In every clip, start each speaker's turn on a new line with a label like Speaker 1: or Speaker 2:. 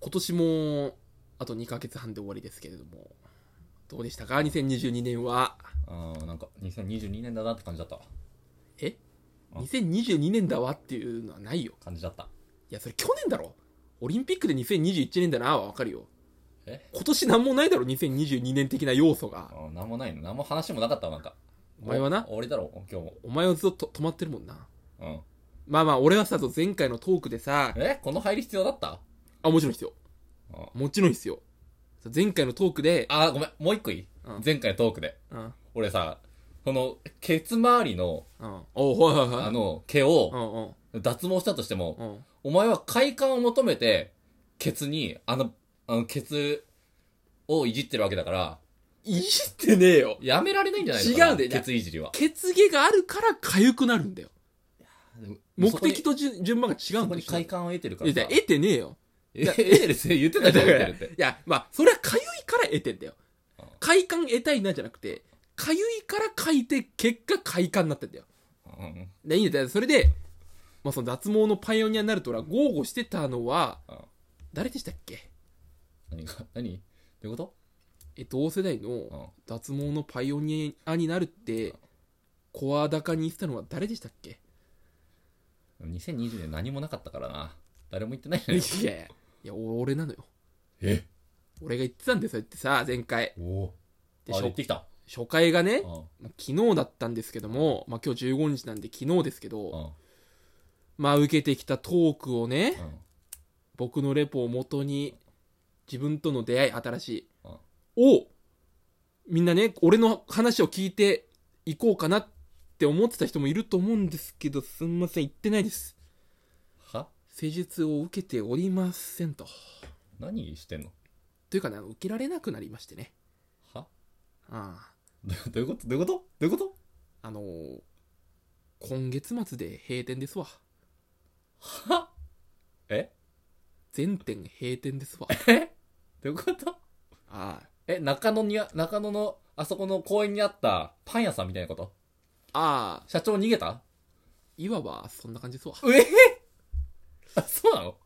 Speaker 1: 今年もあと2ヶ月半で終わりですけれどもどうでしたか2022年は
Speaker 2: あーなんか2022年だなって感じだったわ
Speaker 1: え
Speaker 2: あ
Speaker 1: ?2022 年だわっていうのはないよ
Speaker 2: 感じだった
Speaker 1: いやそれ去年だろオリンピックで2021年だなはわかるよ
Speaker 2: え
Speaker 1: 今年なんもないだろ2022年的な要素が
Speaker 2: あなんもないのなんも話もなかったわなんか
Speaker 1: お前はな
Speaker 2: お俺だろ今日も
Speaker 1: お前はずっと止まってるもんな
Speaker 2: うん
Speaker 1: まあまあ俺はさ前回のトークでさ
Speaker 2: えこの入り必要だった
Speaker 1: あもちろん必要
Speaker 2: あ
Speaker 1: もちろん必要前回のトークで
Speaker 2: あーごめんもう一個いい、
Speaker 1: うん
Speaker 2: 前回のトークで
Speaker 1: うん
Speaker 2: 俺さこのケツ周りの
Speaker 1: うんおうはいはいはい
Speaker 2: あの毛
Speaker 1: う
Speaker 2: を
Speaker 1: んうん
Speaker 2: 脱毛したとしても、
Speaker 1: うん
Speaker 2: お前は快感を求めてケツにあのあのケツをいじってるわけだから
Speaker 1: いじってねえよ
Speaker 2: やめられないんじゃないのかな
Speaker 1: 違うんだよ
Speaker 2: ケツいじりは
Speaker 1: 血毛があるから痒くなるんだよ目的と順順番が違う
Speaker 2: そ
Speaker 1: ん
Speaker 2: こ
Speaker 1: だ
Speaker 2: に
Speaker 1: よ
Speaker 2: 快感を得てるか
Speaker 1: いや
Speaker 2: ら
Speaker 1: い
Speaker 2: さ
Speaker 1: や得てねえよ
Speaker 2: ええですね言ってた
Speaker 1: だ
Speaker 2: じ
Speaker 1: か
Speaker 2: ゃん得
Speaker 1: ら
Speaker 2: てるっ
Speaker 1: い
Speaker 2: て
Speaker 1: やまあそれは痒いから得てんだよ
Speaker 2: うん
Speaker 1: 快感得たいなじゃなくて痒いから書いて結果快感になってんだよ
Speaker 2: うん
Speaker 1: でいいんだよそれで、まあ、その脱毛のパイオニアになると俺は豪語してたのは
Speaker 2: うん
Speaker 1: 誰でしたっけ
Speaker 2: 何が何どういうこ
Speaker 1: え同世代
Speaker 2: と、う
Speaker 1: の
Speaker 2: ん
Speaker 1: 脱毛のパイオニアになるって声高に言ってたのは誰でしたっけ
Speaker 2: 2020年何もなかったからな。誰も言ってない
Speaker 1: い
Speaker 2: ね。
Speaker 1: やいやいや俺なのよ
Speaker 2: え
Speaker 1: 俺が言ってたんですよってさ前回
Speaker 2: おお。
Speaker 1: で
Speaker 2: あ、
Speaker 1: しょ
Speaker 2: 言ってきた。
Speaker 1: 初回がね
Speaker 2: うん。うん。
Speaker 1: 昨日だったんですけども、まあ、今日15日なんで昨日ですけど、まあ、受けてきたトークをね
Speaker 2: うん
Speaker 1: 僕のレポをもとに自分との出会い新しい
Speaker 2: うん
Speaker 1: をみんなね俺の話を聞いていこうかなって思ってた人もいると思うんですけどすんません言ってないです
Speaker 2: は
Speaker 1: 施術を受けておりませんと
Speaker 2: 何してんの
Speaker 1: というかね受けられなくなりましてね
Speaker 2: は
Speaker 1: ああ
Speaker 2: どどういうことどういうことどういうこと
Speaker 1: あのー今月末で閉店ですわ。
Speaker 2: はえ
Speaker 1: 全店閉店です わ。
Speaker 2: えどういうこと
Speaker 1: はい。
Speaker 2: え、中野にあ、中野の、あそこの公園にあったパン屋さんみたいなこと
Speaker 1: ああ、
Speaker 2: 社長逃げた
Speaker 1: いわばそんな感じですわ。
Speaker 2: えあ、そうなの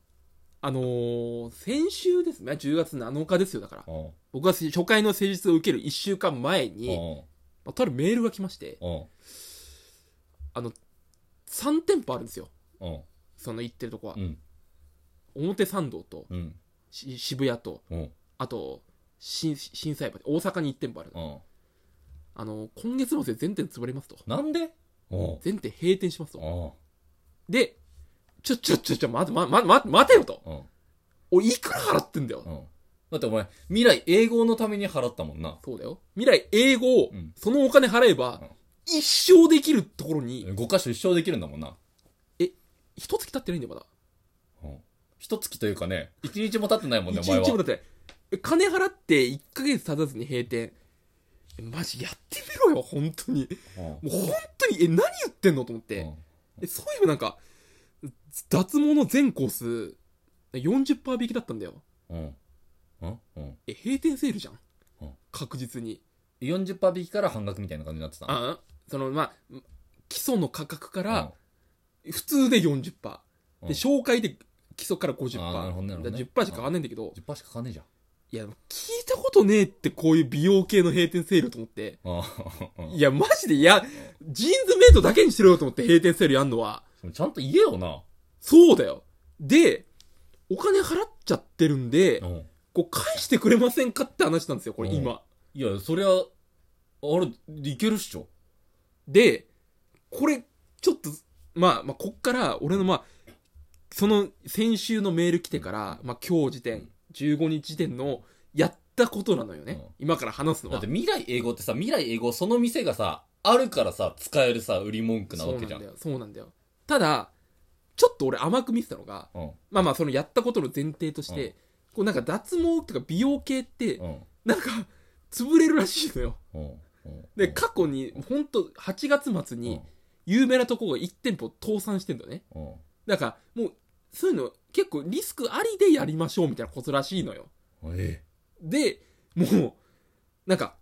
Speaker 1: あのー先週ですね、10月7日ですよ、だから。
Speaker 2: うん。
Speaker 1: 僕が初回の施術を受ける1週間前に、
Speaker 2: うん。
Speaker 1: まあとあるメールが来まして、
Speaker 2: うん。
Speaker 1: 3店舗あるんですよ。
Speaker 2: うん。
Speaker 1: その行ってるとこは
Speaker 2: う。ん。
Speaker 1: 表参道と、
Speaker 2: うん。
Speaker 1: し渋谷と、
Speaker 2: うん。
Speaker 1: あと、新震災橋、大阪に1店舗あるの。
Speaker 2: うん。
Speaker 1: あのー今月末で全店潰れますと。
Speaker 2: なんでうん。
Speaker 1: 全店閉店しますと。
Speaker 2: うん。
Speaker 1: で、ちょ、ちょ、ちょ、ちょ、待て、待て、待て、待てよと。
Speaker 2: うん。
Speaker 1: おいいくら払ってんだよ。
Speaker 2: うん。だってお前、未来英語のために払ったもんな。
Speaker 1: そうだよ。未来、英語を
Speaker 2: うん、
Speaker 1: そのお金払えば
Speaker 2: うん、
Speaker 1: 一生できるところに、
Speaker 2: 5箇所一生できるんだもんな。
Speaker 1: 一月経ってないんだよ、まだ。
Speaker 2: うん。一月というかね、一日も経ってないもんね、お
Speaker 1: 一
Speaker 2: 前
Speaker 1: 日も
Speaker 2: は。
Speaker 1: 経ってない。え金払って一ヶ月経たずに閉店。えマジやってみろよ、本当に。
Speaker 2: うん
Speaker 1: もう本当に、え、何言ってんのと思っ
Speaker 2: う
Speaker 1: て。
Speaker 2: ん
Speaker 1: え、そういえばなんか、脱毛の全コース、40%引きだったんだよ。
Speaker 2: うん。うん。うん。
Speaker 1: え、閉店セールじゃん
Speaker 2: うん。
Speaker 1: 確実に。
Speaker 2: 40%引きから半額みたいな感じになってた。
Speaker 1: ああそのまあ基礎の価格か
Speaker 2: うん、
Speaker 1: ら普通で40%パー、
Speaker 2: うん
Speaker 1: で紹介で基礎から50%
Speaker 2: あーなるほどなるほどね
Speaker 1: だから10%しか変わんないんだけど
Speaker 2: 10%しか買わねえじゃん。
Speaker 1: いや聞いたことねえってこういう美容系の閉店セールと思って
Speaker 2: うん
Speaker 1: いやマジでいやジーンズメイトだけにしろよと思って閉店セールやんのは
Speaker 2: うん。 ちゃんと言えよな。
Speaker 1: そうだよでお金払っちゃってるんで
Speaker 2: うん。
Speaker 1: こう返してくれませんかって話なんですよこれ今
Speaker 2: いや、そりゃ、あれ、いけるっしょ。
Speaker 1: で、これ、ちょっと、まあ、まあ、こっから、俺の、まあ、その、先週のメール来てから、まあ、今日時
Speaker 2: う
Speaker 1: 点
Speaker 2: ん、
Speaker 1: 15日時点の、やったことなのよね
Speaker 2: うん。
Speaker 1: 今から話すの
Speaker 2: だっ
Speaker 1: は
Speaker 2: て。未来英語ってさ、未来英語その店がさ、あるからさ、使えるさ、売り文句な
Speaker 1: そう
Speaker 2: わ
Speaker 1: な
Speaker 2: け
Speaker 1: ん
Speaker 2: じ
Speaker 1: だ
Speaker 2: ゃん。
Speaker 1: よ。そうなんだよ。ただ、ちょっと俺甘く見てたのが、
Speaker 2: うん。
Speaker 1: まあまあ、そのやったことの前提として、
Speaker 2: うん
Speaker 1: こうなんか脱毛とか美容系って
Speaker 2: う、ん。
Speaker 1: なんか、潰れるらしいのよ。
Speaker 2: うん。うん
Speaker 1: で、過去に、ほんと、8月末に、有名なとこが1店舗倒産してんだよね。
Speaker 2: うん。うん
Speaker 1: だからもうそういうの結構リスクありでやりましょうみたいなことらしいのよ
Speaker 2: え
Speaker 1: でもうなんか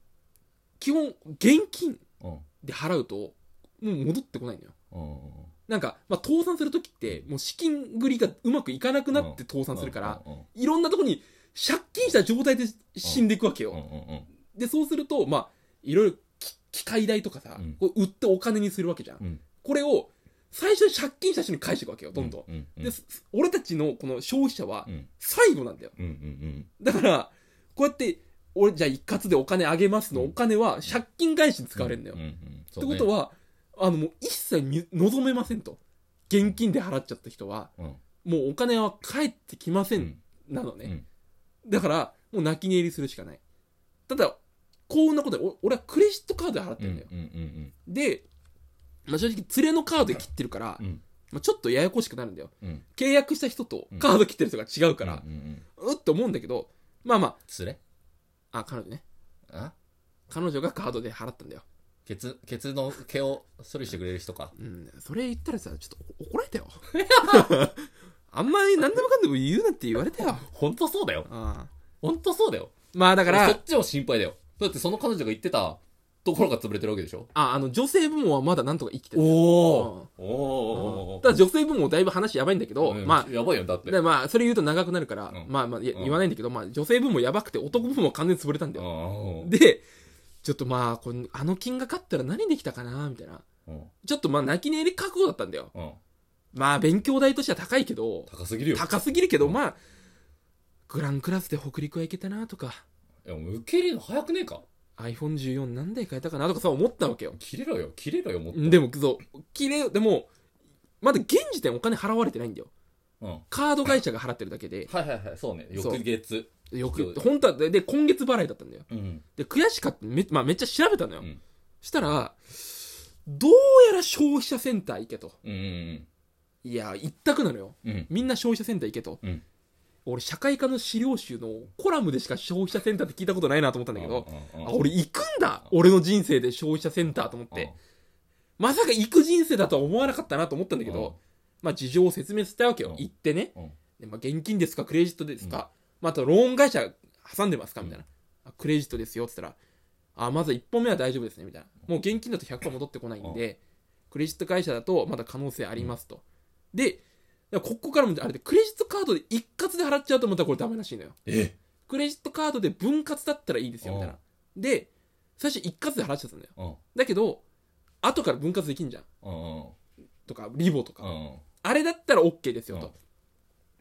Speaker 1: 基本現金
Speaker 2: え。うん。
Speaker 1: で払うともう戻ってこないのよ
Speaker 2: うん。
Speaker 1: なんか、まあ、倒産するときって、もう資金繰りがうまくいかなくなって倒産するから、
Speaker 2: うんうん
Speaker 1: いろんなとこに借金した状態で死んでいくわけよ。
Speaker 2: うんうんうんうん
Speaker 1: で、そうすると、まあ、いろいろき機械代とかさ、
Speaker 2: うん
Speaker 1: こう売ってお金にするわけじゃん。
Speaker 2: うん
Speaker 1: これを、最初に借金した人に返していくわけよ、どんどん。
Speaker 2: うんうん
Speaker 1: で、す俺たちのこの消費者は
Speaker 2: う、ん
Speaker 1: 最後なんだよ。
Speaker 2: うんうん
Speaker 1: だから、こうやって、俺じゃあ一括でお金あげますの、
Speaker 2: うん
Speaker 1: お金は借金返しに使われるんだよ。
Speaker 2: うんうん
Speaker 1: ってことは、あの、もう一切み望めませんと。現金で払っちゃった人は、
Speaker 2: うん
Speaker 1: もうお金は返ってきませ、
Speaker 2: うんん
Speaker 1: なのね。だから、もう泣き寝入りするしかない。ただ、幸運なことで、お俺はクレジットカードで払って
Speaker 2: うん
Speaker 1: る
Speaker 2: う
Speaker 1: ん
Speaker 2: ん
Speaker 1: だよ。
Speaker 2: うんうん
Speaker 1: で、まあ、正直、連れのカードで切ってるから、
Speaker 2: うん
Speaker 1: まあ、ちょっとややこしくなるんだよ。
Speaker 2: うん
Speaker 1: 契約した人とカード切ってる人が違うか
Speaker 2: うん
Speaker 1: ら、
Speaker 2: うんうん
Speaker 1: うっと思うんだけど、まあま
Speaker 2: 連れ
Speaker 1: あ、あ、彼女ね。
Speaker 2: あ
Speaker 1: 彼女がカードで払ったんだよ。
Speaker 2: ケツケツの毛を処理してくれる人か
Speaker 1: うん、それ言ったらさ、ちょっとお怒られたよ。 あんまり何でもかんでも言うなって言われたよ。
Speaker 2: 本当そうだよ
Speaker 1: ああ
Speaker 2: 本当そうだよ
Speaker 1: まあだ
Speaker 2: だ
Speaker 1: か
Speaker 2: から
Speaker 1: ら、
Speaker 2: そっちも心配だよだってその彼女が言ってたところが潰れてるわけでしょ
Speaker 1: ああの女性部門はまだなんとか生きてる。
Speaker 2: お
Speaker 1: うん
Speaker 2: おおお
Speaker 1: ただ女性部門だいぶ話やばいんだけど、まあ、
Speaker 2: やばいよだって
Speaker 1: でまあ、それ言うと長くなるから、
Speaker 2: うん
Speaker 1: まあまあ、いや
Speaker 2: うん
Speaker 1: 言わないんだけど、まあ、女性部門やばくて男部門は完全に潰れたんだよ。
Speaker 2: うん
Speaker 1: で、ちょっとまあ、このあの金が勝ったら何できたかな、みたいな。
Speaker 2: うん
Speaker 1: ちょっとまあ、泣き寝入り覚悟だったんだよ。
Speaker 2: うん
Speaker 1: まあ、勉強代としては高いけど、
Speaker 2: 高すぎるよ
Speaker 1: 高すぎるけど、まあ、グランクラスで北陸は行けたなとか、
Speaker 2: いやもう受け入れるの早くねえか
Speaker 1: iPhone14 何台買えたかなとかさ、思ったわけよ。
Speaker 2: 切れろよ切れろよもっと
Speaker 1: でも、そう、綺麗、でも、まだ現時点お金払われてないんだよ。
Speaker 2: うんは
Speaker 1: カード会社が払ってるだけで
Speaker 2: い、はいはいそうね翌月
Speaker 1: よ
Speaker 2: そ
Speaker 1: く
Speaker 2: う、
Speaker 1: 本当は、で、で今月払いだったんだよ。
Speaker 2: うん
Speaker 1: で、悔しかった。め,、まあ、めっちゃ調べたのよ。
Speaker 2: うん
Speaker 1: したら、どうやら消費者センター行けと。
Speaker 2: うんうん
Speaker 1: いや、一択なのよ。
Speaker 2: うんうん
Speaker 1: みんな消費者センター行けと。
Speaker 2: うん
Speaker 1: 俺、社会科の資料集のコラムでしか消費者センターって聞いたことないなと思ったんだけど、
Speaker 2: うんうん
Speaker 1: あ、俺行くんだ俺の人生で消費者センターと思っ
Speaker 2: うん
Speaker 1: て。まさか行く人生だとは思わなかったなと思ったんだけ
Speaker 2: うん
Speaker 1: ど、まあ事情を説明したわけ
Speaker 2: う
Speaker 1: よ
Speaker 2: ん。
Speaker 1: 行ってね
Speaker 2: うん。
Speaker 1: でまあ現金ですかクレジットですかまああとローン会社挟んでますかみたいな。あクレジットですよって言ったら、あ、まず1本目は大丈夫ですねみたいな。もう現金だと100%戻ってこないんで、クレジット会社だとまだ可能性ありますと。で、だからここからもあれでクレジットカードで一括で払っちゃうと思ったらこれダメらしいのよ。
Speaker 2: え
Speaker 1: クレジットカードで分割だったらいいですよみたいな。で、最初一括で払っちゃったんだよ。
Speaker 2: うん
Speaker 1: だけど、後から分割できんじゃん。
Speaker 2: うんうん
Speaker 1: とか、リボとか。
Speaker 2: うん
Speaker 1: あれだったら OK ですよと。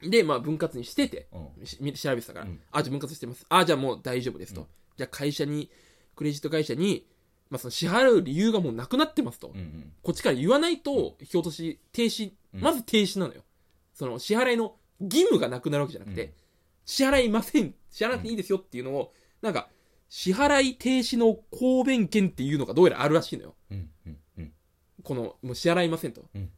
Speaker 1: で、まあ分割にしてて、
Speaker 2: うん
Speaker 1: しみ調べてたから、
Speaker 2: うん
Speaker 1: あ、じゃあ分割してます。あ、じゃあもう大丈夫ですと。
Speaker 2: うん
Speaker 1: じゃあ会社に、クレジット会社に、まあその支払う理由がもうなくなってますと。
Speaker 2: うんうん
Speaker 1: こっちから言わないと、引き落とし、停止、
Speaker 2: うん
Speaker 1: まず停止なのよ。その支払いの義務がなくなるわけじゃなくて、
Speaker 2: うん
Speaker 1: 支払いません、支払っていいですよっていうのを、なんか、支払い停止の抗弁権っていうのがどうやらあるらしいのよ。
Speaker 2: うんうんうん
Speaker 1: この、もう支払いませんと。
Speaker 2: うん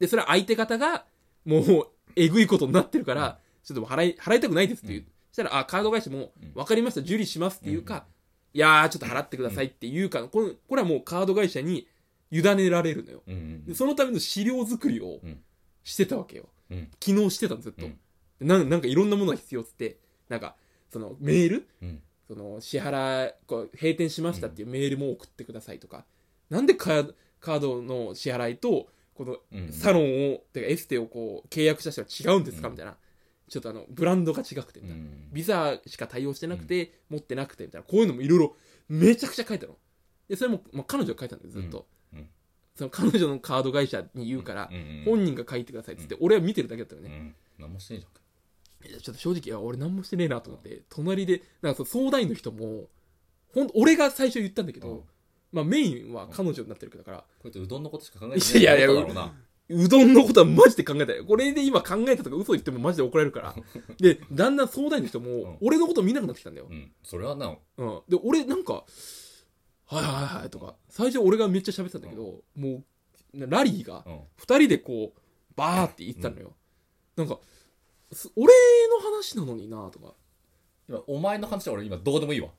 Speaker 1: で、それは相手方が、もう、えぐいことになってるから、ちょっともう払い、払いたくないですっていう。
Speaker 2: うん
Speaker 1: そしたら、あ、カード会社も
Speaker 2: うん、
Speaker 1: わかりました、受理しますっていう
Speaker 2: うん
Speaker 1: か、いやー、ちょっと払ってくださいっていうか、これ、これはもうカード会社に委ねられるのよ。
Speaker 2: うんうん
Speaker 1: でそのための資料作りを
Speaker 2: うん
Speaker 1: してたわけよ。
Speaker 2: うん
Speaker 1: 昨日してたの、ずっと。
Speaker 2: うん
Speaker 1: ななんかいろんなものが必要っつって、なんか、その、メール
Speaker 2: うん
Speaker 1: その支払いこう閉店しましたっていうメールも送ってくださいとか、なんでカーカードの支払いとこの
Speaker 2: うん
Speaker 1: サロンを、てかエステをこう契約した人は違うんですかみたいな、ちょっとあのブランドが違くてみ
Speaker 2: う
Speaker 1: たいな、
Speaker 2: ん
Speaker 1: ビザしか対応してなくて、持ってなくてみたいなこういうのもいろいろめちゃくちゃ書いたのでそれも、まあ、彼女が書いたんだよずっと、
Speaker 2: うんうん
Speaker 1: その彼女のカード会社に言うから、
Speaker 2: うんうん
Speaker 1: 本人が書いてくださいっつって、俺は見てるだけだったよね、
Speaker 2: うん何もしてねえじ
Speaker 1: いやちょっと正直いや俺何もしてねえなと思って、隣でなんかその相談員の人もほん俺が最初言ったんだけ
Speaker 2: ゃん
Speaker 1: ど、
Speaker 2: うんこ
Speaker 1: まあ、メインは彼女になってるけどだから、
Speaker 2: うやってうどんのことしか考えて
Speaker 1: いやいや
Speaker 2: ってことだろうな
Speaker 1: うどんのことはマジで考えたよこれで今考えたとか嘘言ってもマジで怒られるから でだんだん相談員の人も俺のこと見なくなってきたんだよ
Speaker 2: う、んそれはな
Speaker 1: うん、で俺なんか「はいはいはい」とか最初俺がめっちゃ喋ってたんだけど、もうラリーが
Speaker 2: うん
Speaker 1: 2人でこうバーって言ってたのよ、なんかす俺の話なのになと か
Speaker 2: 今お前の話は俺今どうでもいいわ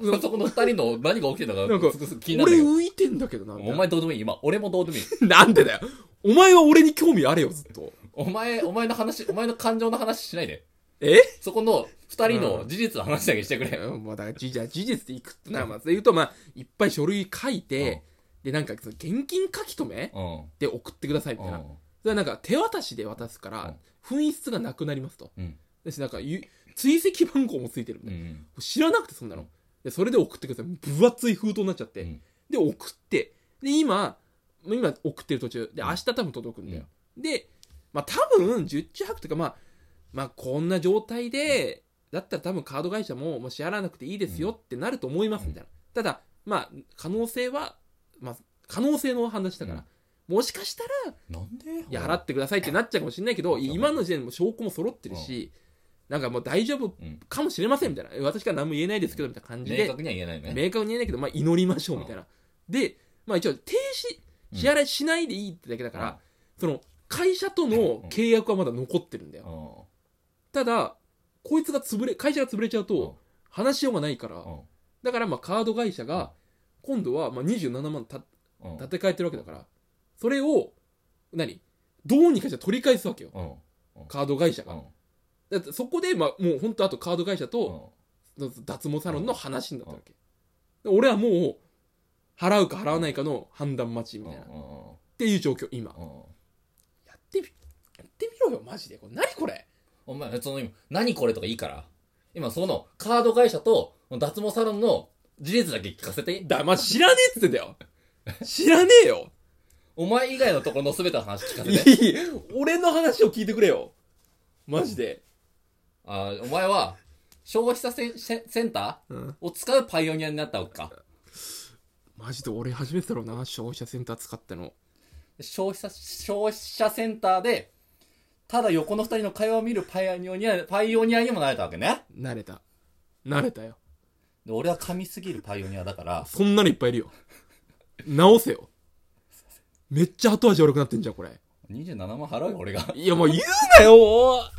Speaker 1: うん
Speaker 2: そこの二人の何が起きてたか
Speaker 1: なんか
Speaker 2: すごく気にな
Speaker 1: 俺
Speaker 2: るよ
Speaker 1: 浮いてんだけどなみたいな
Speaker 2: お前どうでもいい今俺もどうでもいい
Speaker 1: なんでだよ。お前は俺に興味あれよ、ずっと。
Speaker 2: お前お前の話お前の感情の話しないで
Speaker 1: え
Speaker 2: そこの二人の事実の話だけしてくれ
Speaker 1: まあ、だからじじゃあ事実でいくってな、まあ、それ言うと、まあ、いっぱい書類書いて、で、なんか、その現金書き留め
Speaker 2: うん。
Speaker 1: で送ってくださいみたいな。それはなんか、手渡しで渡すから、紛失がなくなりますと。
Speaker 2: うん。
Speaker 1: だし、なんか、ゆ追跡番号もついてるん
Speaker 2: う
Speaker 1: で、
Speaker 2: ん。
Speaker 1: 知らなくてそんなの。で、それで送ってください。分厚い封筒になっちゃって。
Speaker 2: うん
Speaker 1: で、送って。で、今、もう今送ってる途中。で、明日多分届くんだよ。で、まあ多分、十中泊というか、まあ、まあこんな状態で、だったら多分カード会社ももう支払わなくていいですよってなると思いますみたいな。ただ、まあ、可能性は、まあ、可能性の話だから、もしかしたら、
Speaker 2: なんで
Speaker 1: いや、払ってくださいってなっちゃうかもしれないけど、今の時点でもう証拠も揃ってるし、なんかもう大丈夫
Speaker 2: うん
Speaker 1: かもしれませんみたいな。私から何も言えないですけど、みたいな感じ
Speaker 2: 明
Speaker 1: で、
Speaker 2: 確には言えないね。
Speaker 1: 明確に言えないけど、まあ祈りましょうみたいな。で、まあ一応停
Speaker 2: うん
Speaker 1: 止、支払いしないでいいってだけだから、その、会社との契約はまだ残ってるんだよ
Speaker 2: う。ん。うん
Speaker 1: ただ、こいつが潰れ、会社が潰れちゃう
Speaker 2: うん
Speaker 1: と、話しようがないから、
Speaker 2: う
Speaker 1: だからまあカード会社が、今度はまあ27万た
Speaker 2: ん。
Speaker 1: 立て替えてるわけだから、それを、何どうにかじゃ取り返すわけよ。
Speaker 2: うん。
Speaker 1: カード会社
Speaker 2: う
Speaker 1: が。
Speaker 2: ん。
Speaker 1: だってそこで、まあ、もう本当あとカード会社
Speaker 2: う
Speaker 1: と
Speaker 2: ん。
Speaker 1: 脱毛サロンの話になったわけ。で俺はもう、払うか払わないかの判断待ちみたいな。っていう状況、今。
Speaker 2: うん。
Speaker 1: やってみ、やってみろよ、マジで。これ、何これ
Speaker 2: お前、その今、何これとかいいから。今、その、カード会社と、脱毛サロンの事実だけ聞かせて。
Speaker 1: だ、まじ知らねえっつってんだよ。知らねえよ。
Speaker 2: お前以外のところの全ての話聞か
Speaker 1: い
Speaker 2: せて。
Speaker 1: い、俺の話を聞いてくれよ。マジで。
Speaker 2: あーお前は、消費者センセセンタ
Speaker 1: うん
Speaker 2: ーを使うパイオニアになったわけか。
Speaker 1: マジで俺初めてだろうな、消費者センター使ったの。
Speaker 2: 消費者、消費者センターで、ただ横の二人の会話を見るパイオニア、パイオニアにもなれたわけね。
Speaker 1: 慣れた。慣れたよ。
Speaker 2: で俺は神すぎるパイオニアだから、
Speaker 1: そんなのいっぱいいるよ。直せよ。めっちゃ後味悪くなってんじゃん、これ。
Speaker 2: 27万払うよ、俺が。
Speaker 1: いや、もう言うなよ